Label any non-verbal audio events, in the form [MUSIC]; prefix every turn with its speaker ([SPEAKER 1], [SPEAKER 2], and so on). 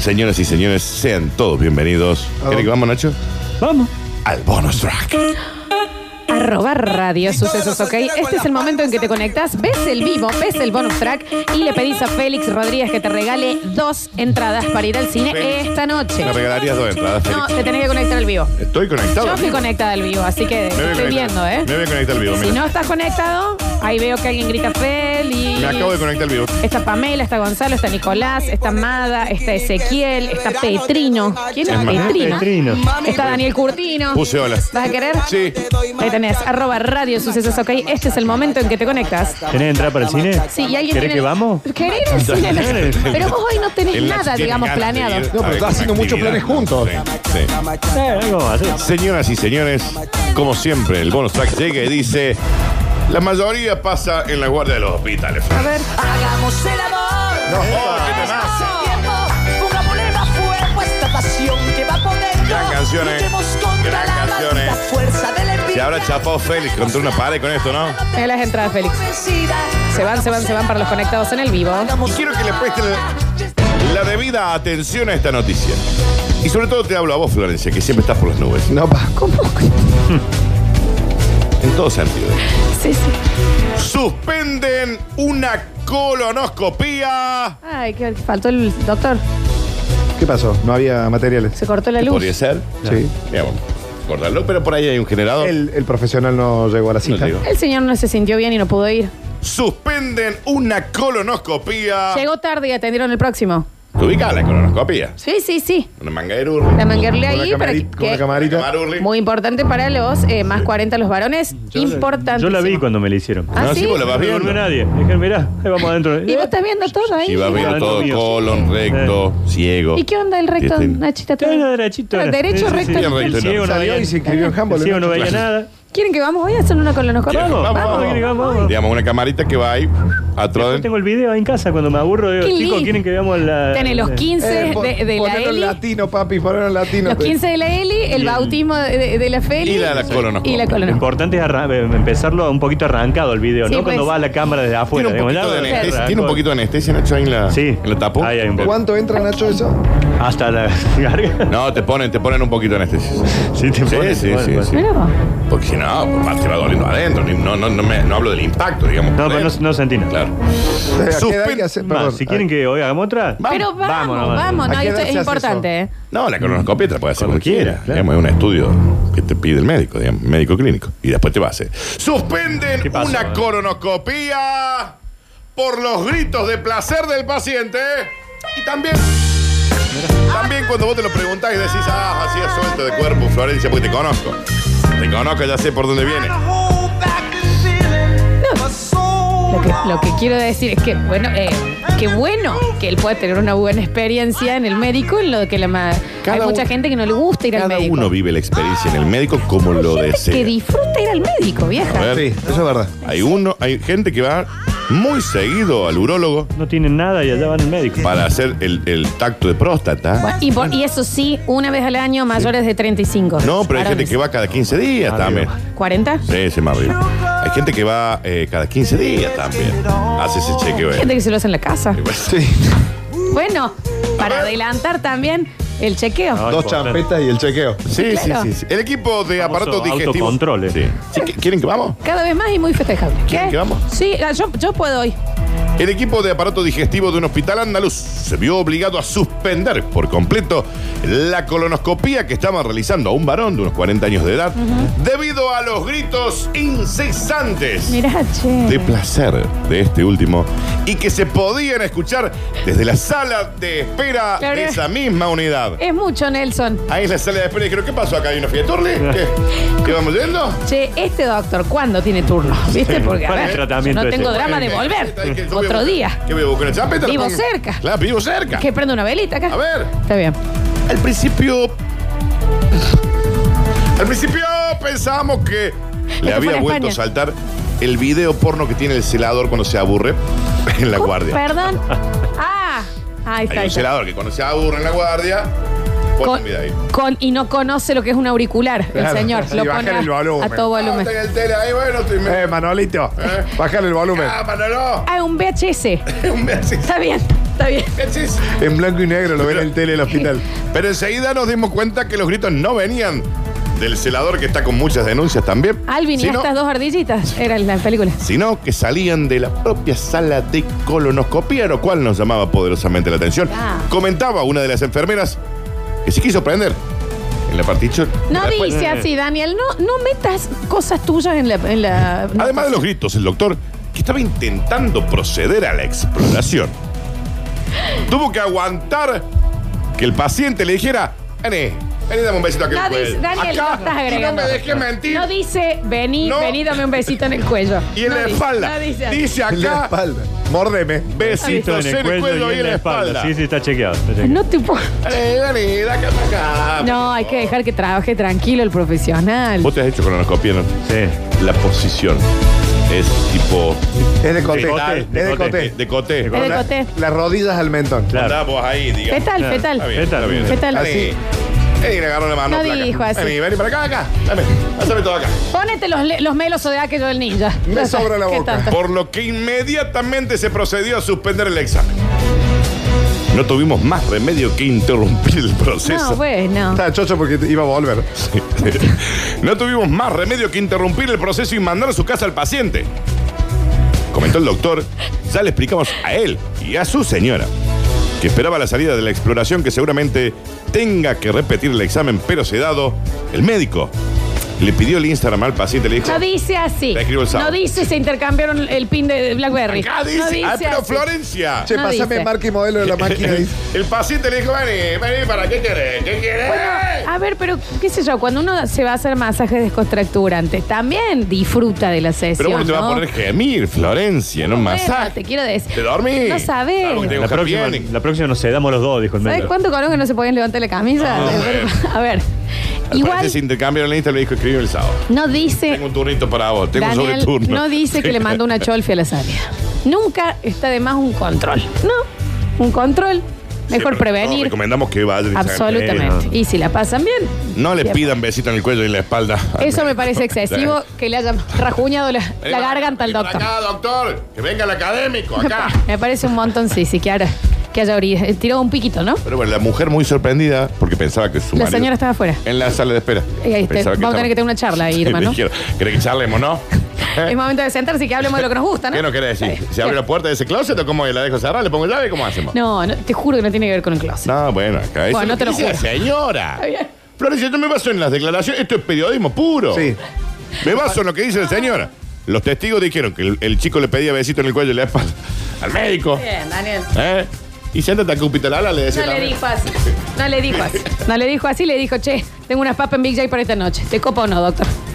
[SPEAKER 1] Señoras y señores, sean todos bienvenidos. ¿Quieren que vamos, Nacho?
[SPEAKER 2] Vamos.
[SPEAKER 1] Al bonus track.
[SPEAKER 3] Arroba Radio Sucesos, ¿ok? Este es el momento en que te conectas, ves el vivo, ves el bonus track y le pedís a Félix Rodríguez que te regale dos entradas para ir al cine
[SPEAKER 1] Félix.
[SPEAKER 3] esta noche.
[SPEAKER 1] Me regalarías dos entradas,
[SPEAKER 3] No,
[SPEAKER 1] Félix.
[SPEAKER 3] te tenés que conectar al vivo.
[SPEAKER 1] Estoy conectado.
[SPEAKER 3] Yo estoy conectada al vivo, así que
[SPEAKER 1] Me voy a
[SPEAKER 3] estoy
[SPEAKER 1] conectar.
[SPEAKER 3] viendo, ¿eh?
[SPEAKER 1] Me voy a conectar al vivo,
[SPEAKER 3] Si
[SPEAKER 1] mira.
[SPEAKER 3] no estás conectado, ahí veo que alguien grita Félix.
[SPEAKER 1] Me acabo de conectar al vivo.
[SPEAKER 3] Está Pamela, está Gonzalo, está Nicolás, está Mada, está Ezequiel, está Petrino. ¿Quién es
[SPEAKER 1] Es más,
[SPEAKER 3] Petrino?
[SPEAKER 2] Petrino.
[SPEAKER 3] Está Daniel Curtino.
[SPEAKER 1] Puse hola.
[SPEAKER 3] ¿Vas a querer?
[SPEAKER 1] Sí.
[SPEAKER 3] Ahí tenés, arroba Radio Sucesos OK. Este es el momento en que te conectas.
[SPEAKER 2] ¿Tenés entrada para el cine?
[SPEAKER 3] Sí, y alguien
[SPEAKER 2] ¿Querés
[SPEAKER 3] tiene-
[SPEAKER 2] que vamos?
[SPEAKER 3] ¿Querés ir al
[SPEAKER 2] [LAUGHS]
[SPEAKER 3] cine?
[SPEAKER 1] [LAUGHS]
[SPEAKER 2] Dale.
[SPEAKER 3] Pero vos hoy no tenés
[SPEAKER 1] El Nacho
[SPEAKER 3] nada,
[SPEAKER 1] tiene
[SPEAKER 3] digamos,
[SPEAKER 1] ganas de
[SPEAKER 3] planeado.
[SPEAKER 1] ir
[SPEAKER 4] No, pero
[SPEAKER 1] a
[SPEAKER 4] está
[SPEAKER 1] alguna
[SPEAKER 4] haciendo muchos
[SPEAKER 1] actividad.
[SPEAKER 4] planes juntos.
[SPEAKER 1] Sí, sí.
[SPEAKER 2] Eh, algo más, sí.
[SPEAKER 1] Señoras y señores, como siempre, el bonus track llega y dice: La mayoría pasa en la guardia de los hospitales.
[SPEAKER 3] A ver,
[SPEAKER 5] Hagamos el amor.
[SPEAKER 1] No, qué temazo.
[SPEAKER 5] Hace tiempo, pongámosle más fuego a esta pasión que va por dentro.
[SPEAKER 1] Gran canción, eh.
[SPEAKER 5] Luchemos contra
[SPEAKER 1] Gran
[SPEAKER 5] la
[SPEAKER 1] canción,
[SPEAKER 5] maldita
[SPEAKER 1] eh.
[SPEAKER 5] fuerza de la envidia.
[SPEAKER 1] Se habrá chapado Félix contra una pared con esto, ¿no?
[SPEAKER 3] mira las entradas, Félix.
[SPEAKER 5] Convencida.
[SPEAKER 3] Se van, se van, se van para los conectados en el vivo.
[SPEAKER 1] Y quiero que le presten la debida atención a esta noticia. Y sobre todo te hablo a vos, Florencia, que siempre estás por las nubes.
[SPEAKER 4] No, pa.
[SPEAKER 3] ¿Cómo?
[SPEAKER 1] En todo sentido.
[SPEAKER 3] Sí, sí.
[SPEAKER 1] Suspenden una colonoscopía.
[SPEAKER 3] Ay, que faltó el doctor.
[SPEAKER 4] ¿Qué pasó? No había materiales.
[SPEAKER 3] Se cortó la luz.
[SPEAKER 1] Podría ser.
[SPEAKER 4] Sí.
[SPEAKER 1] Veamos, cortarlo, pero por ahí hay un generador.
[SPEAKER 4] El, el profesional no llegó a la cita.
[SPEAKER 1] llegó.
[SPEAKER 3] El señor no se sintió bien y no pudo ir.
[SPEAKER 1] Suspenden una colonoscopía.
[SPEAKER 3] Llegó tarde y atendieron el próximo.
[SPEAKER 1] ¿Te ubicás la colonoscopía?
[SPEAKER 3] Sí, sí, sí.
[SPEAKER 1] Una manga de urli.
[SPEAKER 3] La manguerle
[SPEAKER 4] Con la
[SPEAKER 3] ahí para
[SPEAKER 4] camari- con la
[SPEAKER 3] que...
[SPEAKER 4] camarita.
[SPEAKER 1] Camar urli.
[SPEAKER 3] Muy importante para los eh, más 40 los varones. Importante.
[SPEAKER 2] Yo la vi cuando me la hicieron.
[SPEAKER 3] ¿Ah,
[SPEAKER 1] No, sí,
[SPEAKER 3] sí?
[SPEAKER 1] vos la vas
[SPEAKER 2] No me durmió
[SPEAKER 1] viendo.
[SPEAKER 2] nadie. Dijeron, mirá, ahí vamos adentro. Eh,
[SPEAKER 3] Y vos estás viendo todo ahí.
[SPEAKER 1] Y va viendo
[SPEAKER 2] Claro,
[SPEAKER 1] todo
[SPEAKER 2] mío.
[SPEAKER 1] colon, recto, ciego.
[SPEAKER 3] ¿Y qué onda el recto,
[SPEAKER 1] Este-
[SPEAKER 3] Nachita?
[SPEAKER 2] Todo era derechito.
[SPEAKER 3] Ah,
[SPEAKER 2] era.
[SPEAKER 3] derecho,
[SPEAKER 2] Sí, sí,
[SPEAKER 3] recto.
[SPEAKER 2] sí.
[SPEAKER 1] Bien recto,
[SPEAKER 2] El ciego no
[SPEAKER 4] Salió
[SPEAKER 2] veía,
[SPEAKER 4] y se inscribió en
[SPEAKER 2] el
[SPEAKER 4] handball.
[SPEAKER 2] ciego no veía
[SPEAKER 1] Claro.
[SPEAKER 2] nada.
[SPEAKER 3] ¿Quieren que vamos hoy a hacer una colonoscopia?
[SPEAKER 2] Vamos,
[SPEAKER 1] Vamos,
[SPEAKER 2] vamos,
[SPEAKER 1] vamos.
[SPEAKER 2] vamos, vamos.
[SPEAKER 1] Digamos, una camarita que va ahí atrás
[SPEAKER 2] Yo
[SPEAKER 1] de-
[SPEAKER 2] tengo el video ahí en casa cuando me aburro. Digo,
[SPEAKER 3] Qué
[SPEAKER 2] chicos,
[SPEAKER 3] lindo.
[SPEAKER 2] ¿quieren que veamos
[SPEAKER 1] Eh,
[SPEAKER 2] la.
[SPEAKER 3] Tenés los
[SPEAKER 2] la-
[SPEAKER 3] 15 de, de la
[SPEAKER 4] Eh, Ponerlo en
[SPEAKER 3] Eli.
[SPEAKER 4] latino, papi, ponerlo en latino.
[SPEAKER 3] Los 15 de la Eli, el
[SPEAKER 2] Y-
[SPEAKER 3] bautismo de, de- de la Feli.
[SPEAKER 1] pues. Y la- la colonoscopia.
[SPEAKER 3] Y la
[SPEAKER 2] Lo
[SPEAKER 3] colonoscopia.
[SPEAKER 2] importante es arran- eh, empezarlo un poquito arrancado el video,
[SPEAKER 3] Sí,
[SPEAKER 2] no
[SPEAKER 3] pues.
[SPEAKER 2] cuando va a la cámara de afuera.
[SPEAKER 1] Tiene un poquito
[SPEAKER 2] digamos,
[SPEAKER 1] de
[SPEAKER 2] ya, ya
[SPEAKER 1] anestesia.
[SPEAKER 2] arrancó.
[SPEAKER 1] Tiene un poquito de anestesia, Nacho, ahí en la,
[SPEAKER 2] Sí.
[SPEAKER 1] en la tapo.
[SPEAKER 2] Ahí hay un poco.
[SPEAKER 4] ¿Cuánto entra Nacho eso?
[SPEAKER 2] Hasta la [LAUGHS] garganta.
[SPEAKER 1] No, te ponen, te ponen un poquito de anestesia.
[SPEAKER 2] [LAUGHS] Sí, te
[SPEAKER 1] Sí,
[SPEAKER 2] ponen,
[SPEAKER 1] sí,
[SPEAKER 2] te ponen,
[SPEAKER 1] sí,
[SPEAKER 2] pues.
[SPEAKER 1] sí.
[SPEAKER 3] Mira vos.
[SPEAKER 1] Porque si no, por más te va doliendo adentro. Ni- No, no, no, me- no hablo del impacto, digamos.
[SPEAKER 2] No,
[SPEAKER 1] por
[SPEAKER 2] pero no,
[SPEAKER 1] dentro.
[SPEAKER 2] no sentí nada.
[SPEAKER 1] Claro.
[SPEAKER 4] ¿A qué edad
[SPEAKER 1] Suspen-
[SPEAKER 4] hay que hacer?
[SPEAKER 2] Más,
[SPEAKER 4] Perdón.
[SPEAKER 2] si quieren que hoy hagamos otra.
[SPEAKER 3] Pero vamos,
[SPEAKER 2] Vamos,
[SPEAKER 3] vamos.
[SPEAKER 2] vamos.
[SPEAKER 3] No,
[SPEAKER 4] ¿A qué
[SPEAKER 3] esto
[SPEAKER 4] edad
[SPEAKER 3] es
[SPEAKER 4] se hace
[SPEAKER 3] importante. ¿eh?
[SPEAKER 1] No, la colonoscopia te la puede hacer
[SPEAKER 2] Cuando
[SPEAKER 1] cualquiera.
[SPEAKER 2] quiera, claro.
[SPEAKER 1] Digamos, es un estudio que te pide el médico, digamos, médico clínico. Y después te va a hacer. Suspenden
[SPEAKER 2] ¿Qué pasó,
[SPEAKER 1] una
[SPEAKER 2] eh?
[SPEAKER 1] colonoscopía por los gritos de placer del paciente. Y también. También cuando vos te lo preguntás y decís, ah, así es suelto de cuerpo, Florencia, porque te conozco. Te conozco, ya sé por dónde viene.
[SPEAKER 3] Lo que, lo que quiero decir es que, bueno, eh, qué bueno que él pueda tener una buena experiencia en el médico, en lo que la ma-
[SPEAKER 1] Cada
[SPEAKER 3] hay mucha
[SPEAKER 1] uno-
[SPEAKER 3] gente que no le gusta ir al
[SPEAKER 1] Cada
[SPEAKER 3] médico.
[SPEAKER 1] uno vive la experiencia en el médico como lo
[SPEAKER 3] Gente que
[SPEAKER 1] desea.
[SPEAKER 3] disfruta ir al médico,
[SPEAKER 1] A
[SPEAKER 3] vieja.
[SPEAKER 1] ver.
[SPEAKER 4] Sí, eso es verdad.
[SPEAKER 1] Hay uno, hay gente que va muy seguido al urólogo
[SPEAKER 2] No tienen nada y allá van el médico.
[SPEAKER 1] para hacer el, el tacto de próstata.
[SPEAKER 3] Bueno, y, por- y eso sí, una vez al año, mayores de 35.
[SPEAKER 1] No, pero hay gente
[SPEAKER 3] Varones.
[SPEAKER 1] que va cada 15 días
[SPEAKER 2] Arriba.
[SPEAKER 1] también.
[SPEAKER 3] ¿40?
[SPEAKER 1] Sí, sí, más arriba. Hay gente que va eh, cada 15 días también. Hace ese chequeo.
[SPEAKER 3] Hay
[SPEAKER 1] eh.
[SPEAKER 3] gente que se lo hace en la casa.
[SPEAKER 4] Sí.
[SPEAKER 3] Bueno, para adelantar también el chequeo.
[SPEAKER 1] Ah.
[SPEAKER 2] No,
[SPEAKER 4] Dos
[SPEAKER 2] importante.
[SPEAKER 4] champetas y el chequeo.
[SPEAKER 1] Sí, sí,
[SPEAKER 3] claro.
[SPEAKER 1] sí, sí. El equipo de aparatos digestivos.
[SPEAKER 2] autocontrol, eh.
[SPEAKER 1] Sí. Sí, ¿qu- ¿Quieren que vamos?
[SPEAKER 3] Cada vez más y muy festejable.
[SPEAKER 1] ¿Quieren que vamos?
[SPEAKER 3] Sí, ah, yo, yo puedo hoy.
[SPEAKER 1] El equipo de aparato digestivo de un hospital andaluz se vio obligado a suspender por completo la colonoscopía que estaba realizando a un varón de unos 40 años de edad debido a los gritos incesantes
[SPEAKER 3] Mirá,
[SPEAKER 1] de
[SPEAKER 3] che.
[SPEAKER 1] placer de este último y que se podían escuchar desde la sala de espera
[SPEAKER 3] Claro.
[SPEAKER 1] de esa misma unidad.
[SPEAKER 3] Es mucho, Nelson.
[SPEAKER 1] Ahí en la sala de espera dijeron, ¿qué pasó acá? ¿Hay una fieturli? ¿Qué? ¿Qué vamos yendo?
[SPEAKER 3] Che, este doctor, ¿cuándo tiene turno?
[SPEAKER 1] [LAUGHS]
[SPEAKER 3] ¿Viste? Porque a
[SPEAKER 2] ¿Cuál es
[SPEAKER 3] ver,
[SPEAKER 2] el
[SPEAKER 3] yo
[SPEAKER 2] tratamiento
[SPEAKER 3] no
[SPEAKER 2] ese?
[SPEAKER 3] tengo drama de
[SPEAKER 1] este? Hay que- yo voy a
[SPEAKER 3] volver. Otro
[SPEAKER 1] buscar-
[SPEAKER 3] día.
[SPEAKER 1] ¿Qué voy a buscar una chapeta?
[SPEAKER 3] Vivo
[SPEAKER 1] Pongo-
[SPEAKER 3] cerca.
[SPEAKER 1] Claro, vivo cerca.
[SPEAKER 3] Que prende una velita acá.
[SPEAKER 1] A ver.
[SPEAKER 3] Está bien.
[SPEAKER 1] Al principio. Al principio pensábamos que le
[SPEAKER 3] Esto fue
[SPEAKER 1] había
[SPEAKER 3] en
[SPEAKER 1] vuelto a
[SPEAKER 3] España.
[SPEAKER 1] saltar el video porno que tiene el celador cuando se aburre en la
[SPEAKER 3] Oh,
[SPEAKER 1] guardia. [LAUGHS]
[SPEAKER 3] Perdón. Ah, ahí está.
[SPEAKER 1] Hay un
[SPEAKER 3] ahí está.
[SPEAKER 1] celador que cuando se aburre en la guardia. pone
[SPEAKER 3] Con-
[SPEAKER 1] un video ahí.
[SPEAKER 3] con- y no conoce lo que es un auricular, el
[SPEAKER 4] Claro,
[SPEAKER 3] señor.
[SPEAKER 4] sí,
[SPEAKER 3] lo
[SPEAKER 4] bajar
[SPEAKER 3] pone a-
[SPEAKER 4] el volumen.
[SPEAKER 3] a todo
[SPEAKER 1] Ah,
[SPEAKER 3] volumen.
[SPEAKER 1] está en el tele ahí, bueno, estoy
[SPEAKER 4] Eh, Manolito, bájale el volumen.
[SPEAKER 1] Ah, Manolo. [LAUGHS]
[SPEAKER 3] Ah, un VHS.
[SPEAKER 1] Un beso.
[SPEAKER 3] Está bien. Está bien.
[SPEAKER 1] Entonces,
[SPEAKER 4] En blanco y negro lo ven en el tele del hospital.
[SPEAKER 1] [LAUGHS] Pero enseguida nos dimos cuenta que los gritos no venían del celador que está con muchas denuncias también.
[SPEAKER 3] Alvin y
[SPEAKER 1] sino,
[SPEAKER 3] estas dos ardillitas eran la película.
[SPEAKER 1] sino que salían de la propia sala de colonoscopia, lo cual nos llamaba poderosamente la atención.
[SPEAKER 3] Ah.
[SPEAKER 1] Comentaba una de las enfermeras que se quiso prender en la partichura.
[SPEAKER 3] No
[SPEAKER 1] Después-
[SPEAKER 3] dice así, Daniel. No, no metas cosas tuyas en la. en la-
[SPEAKER 1] Además de los gritos, el doctor, que estaba intentando proceder a la exploración, tuvo que aguantar que el paciente le dijera, vení, vení, dame un besito aquí en
[SPEAKER 3] No
[SPEAKER 1] el
[SPEAKER 3] dice,
[SPEAKER 1] cuello".
[SPEAKER 3] Daniel,
[SPEAKER 1] Acá,
[SPEAKER 3] no estás
[SPEAKER 1] y
[SPEAKER 3] agregando.
[SPEAKER 1] no me dejes mentir.
[SPEAKER 3] No dice, vení,
[SPEAKER 1] No.
[SPEAKER 3] vení, dame un besito en el cuello.
[SPEAKER 1] [LAUGHS] y en
[SPEAKER 3] No
[SPEAKER 1] la
[SPEAKER 3] dice-
[SPEAKER 1] espalda.
[SPEAKER 3] no dice
[SPEAKER 1] dice,
[SPEAKER 3] así.
[SPEAKER 4] En la
[SPEAKER 1] acá,
[SPEAKER 4] espalda. Mórdeme.
[SPEAKER 1] besitos en el cuello, y en la espalda.
[SPEAKER 2] Sí, sí, está chequeado. está chequeado.
[SPEAKER 3] No te puedo-
[SPEAKER 1] Vení, vení, da acá, da acá.
[SPEAKER 3] No, hay que dejar que trabaje tranquilo el profesional.
[SPEAKER 1] Vos te has hecho colonoscopia, ¿no?
[SPEAKER 2] Sí.
[SPEAKER 1] La posición es tipo...
[SPEAKER 4] Es de coté.
[SPEAKER 2] De coté,
[SPEAKER 4] Es
[SPEAKER 2] de
[SPEAKER 1] De,
[SPEAKER 2] coté.
[SPEAKER 4] de coté.
[SPEAKER 1] de coté.
[SPEAKER 3] Es de coté.
[SPEAKER 4] Las rodillas al mentón.
[SPEAKER 2] Claro.
[SPEAKER 1] Andá vos ahí, digamos.
[SPEAKER 3] Fetal,
[SPEAKER 2] Claro.
[SPEAKER 3] fetal.
[SPEAKER 1] Ah, Está bien, está bien.
[SPEAKER 3] Fetal.
[SPEAKER 1] Vení. Vení, le agarró la mano.
[SPEAKER 3] No
[SPEAKER 1] placa.
[SPEAKER 3] dijo así.
[SPEAKER 1] Vení, vení para acá, acá. Dame, pásame todo acá.
[SPEAKER 3] Ponete los, le- los melos o de aquello del ninja.
[SPEAKER 4] Me
[SPEAKER 3] Ya está.
[SPEAKER 4] sobra la
[SPEAKER 3] ¿Qué
[SPEAKER 4] boca.
[SPEAKER 3] tanto?
[SPEAKER 1] Por lo que inmediatamente se procedió a suspender el examen. No tuvimos más remedio que interrumpir el proceso.
[SPEAKER 3] No, bueno.
[SPEAKER 4] Estaba chocho porque te- iba a volver.
[SPEAKER 1] [LAUGHS] No tuvimos más remedio que interrumpir el proceso y mandar a su casa al paciente. Comentó el doctor, ya le explicamos a él y a su señora que esperaba la salida de la exploración que seguramente tenga que repetir el examen, pero sedado, el médico le pidió el Instagram al paciente, le dijo...
[SPEAKER 3] No dice así.
[SPEAKER 1] Te escribo el sábado.
[SPEAKER 3] No dice se intercambiaron el pin de Blackberry.
[SPEAKER 1] "Acá dice,
[SPEAKER 3] no
[SPEAKER 1] ah, pero
[SPEAKER 3] así.
[SPEAKER 1] Florencia.
[SPEAKER 4] Che,
[SPEAKER 3] No
[SPEAKER 4] pasame
[SPEAKER 3] dice.
[SPEAKER 4] marca y modelo
[SPEAKER 1] [LAUGHS]
[SPEAKER 4] de la máquina. dice.
[SPEAKER 1] El paciente le dijo, vení, vení, ¿para qué querés? ¿Qué querés?
[SPEAKER 3] A ver, pero qué sé yo, cuando uno se va a hacer masajes descontracturantes, también disfruta de la sesión.
[SPEAKER 1] pero bueno, te va a
[SPEAKER 3] ¿no?
[SPEAKER 1] poner gemir, Florencia, no un
[SPEAKER 3] Bueno,
[SPEAKER 1] masaje.
[SPEAKER 3] Te quiero decir.
[SPEAKER 1] ¿Te dormí?
[SPEAKER 3] No sabés.
[SPEAKER 1] Claro, porque tengo
[SPEAKER 2] La
[SPEAKER 1] happy
[SPEAKER 2] próxima,
[SPEAKER 1] ending.
[SPEAKER 2] la próxima nos sedamos los dos, dijo el
[SPEAKER 3] ¿Sabes
[SPEAKER 2] médico.
[SPEAKER 3] cuánto conozco que no se podían levantar la camisa?
[SPEAKER 1] No, bueno.
[SPEAKER 3] a ver.
[SPEAKER 1] Al
[SPEAKER 3] Igual
[SPEAKER 1] parecer se intercambiaron la lista le dijo escribió el sábado.
[SPEAKER 3] no dice.
[SPEAKER 1] Tengo un turnito para vos, tengo un
[SPEAKER 3] Daniel
[SPEAKER 1] sobreturno.
[SPEAKER 3] no dice
[SPEAKER 1] [LAUGHS]
[SPEAKER 3] que le mandó una cholfi a la salida. Nunca está de más un control. No, un control. Mejor
[SPEAKER 1] Siempre, no,
[SPEAKER 3] prevenir.
[SPEAKER 1] recomendamos que vayan.
[SPEAKER 3] Absolutamente.
[SPEAKER 2] Sí, no.
[SPEAKER 3] Y si la pasan bien.
[SPEAKER 1] No le
[SPEAKER 3] bien.
[SPEAKER 1] pidan besito en el cuello y en la espalda.
[SPEAKER 3] Eso me
[SPEAKER 1] [LAUGHS]
[SPEAKER 3] parece excesivo que le hayan rajuñado la,
[SPEAKER 1] Vení
[SPEAKER 3] la
[SPEAKER 1] para-
[SPEAKER 3] garganta al
[SPEAKER 1] vení para
[SPEAKER 3] doctor.
[SPEAKER 1] Acá, doctor, que venga el académico acá.
[SPEAKER 3] [LAUGHS] Me parece un montón, sí, sí, que ahora que haya ori- eh, tirado un piquito, ¿no?
[SPEAKER 1] Pero bueno, la mujer muy sorprendida porque pensaba que su
[SPEAKER 3] La
[SPEAKER 1] marido-
[SPEAKER 3] señora estaba afuera.
[SPEAKER 1] En la sala de espera.
[SPEAKER 3] Y ahí está.
[SPEAKER 1] Pensaba
[SPEAKER 3] Vamos a tener que tener
[SPEAKER 1] estaba-
[SPEAKER 3] una charla
[SPEAKER 1] [LAUGHS]
[SPEAKER 3] ahí,
[SPEAKER 1] Sí, le
[SPEAKER 3] hermano.
[SPEAKER 1] dijeron, ¿Querés que charlemos, no?
[SPEAKER 3] [LAUGHS] Es momento de sentarse y que hablemos de lo que nos gusta, ¿no?
[SPEAKER 1] Eh. ¿Qué no querés decir?
[SPEAKER 3] Está bien.
[SPEAKER 1] ¿Se abre la puerta de ese closet o cómo es? la dejo cerrar? ¿Le pongo llave? ¿Cómo hacemos?
[SPEAKER 3] No, no, te juro que no tiene que ver con el closet.
[SPEAKER 1] No, bueno, acá
[SPEAKER 3] Bueno,
[SPEAKER 1] es
[SPEAKER 3] no
[SPEAKER 1] que
[SPEAKER 3] te lo
[SPEAKER 1] dice la
[SPEAKER 3] juro.
[SPEAKER 1] Señora.
[SPEAKER 3] Está bien.
[SPEAKER 1] Florencia, yo me baso en las declaraciones. Esto es periodismo puro.
[SPEAKER 4] Sí.
[SPEAKER 1] Me baso en lo que dice la señora. Los testigos dijeron que el, el chico le pedía besito en el cuello y la espalda al médico.
[SPEAKER 3] Bien, Daniel.
[SPEAKER 1] ¿Eh? Y siéntate acá, Pitalala, le decía.
[SPEAKER 3] No le
[SPEAKER 1] también.
[SPEAKER 3] dijo así. No le dijo así. No le dijo así, le dijo, che, tengo unas papas en Big J para esta noche. ¿Te copa o no, doctor?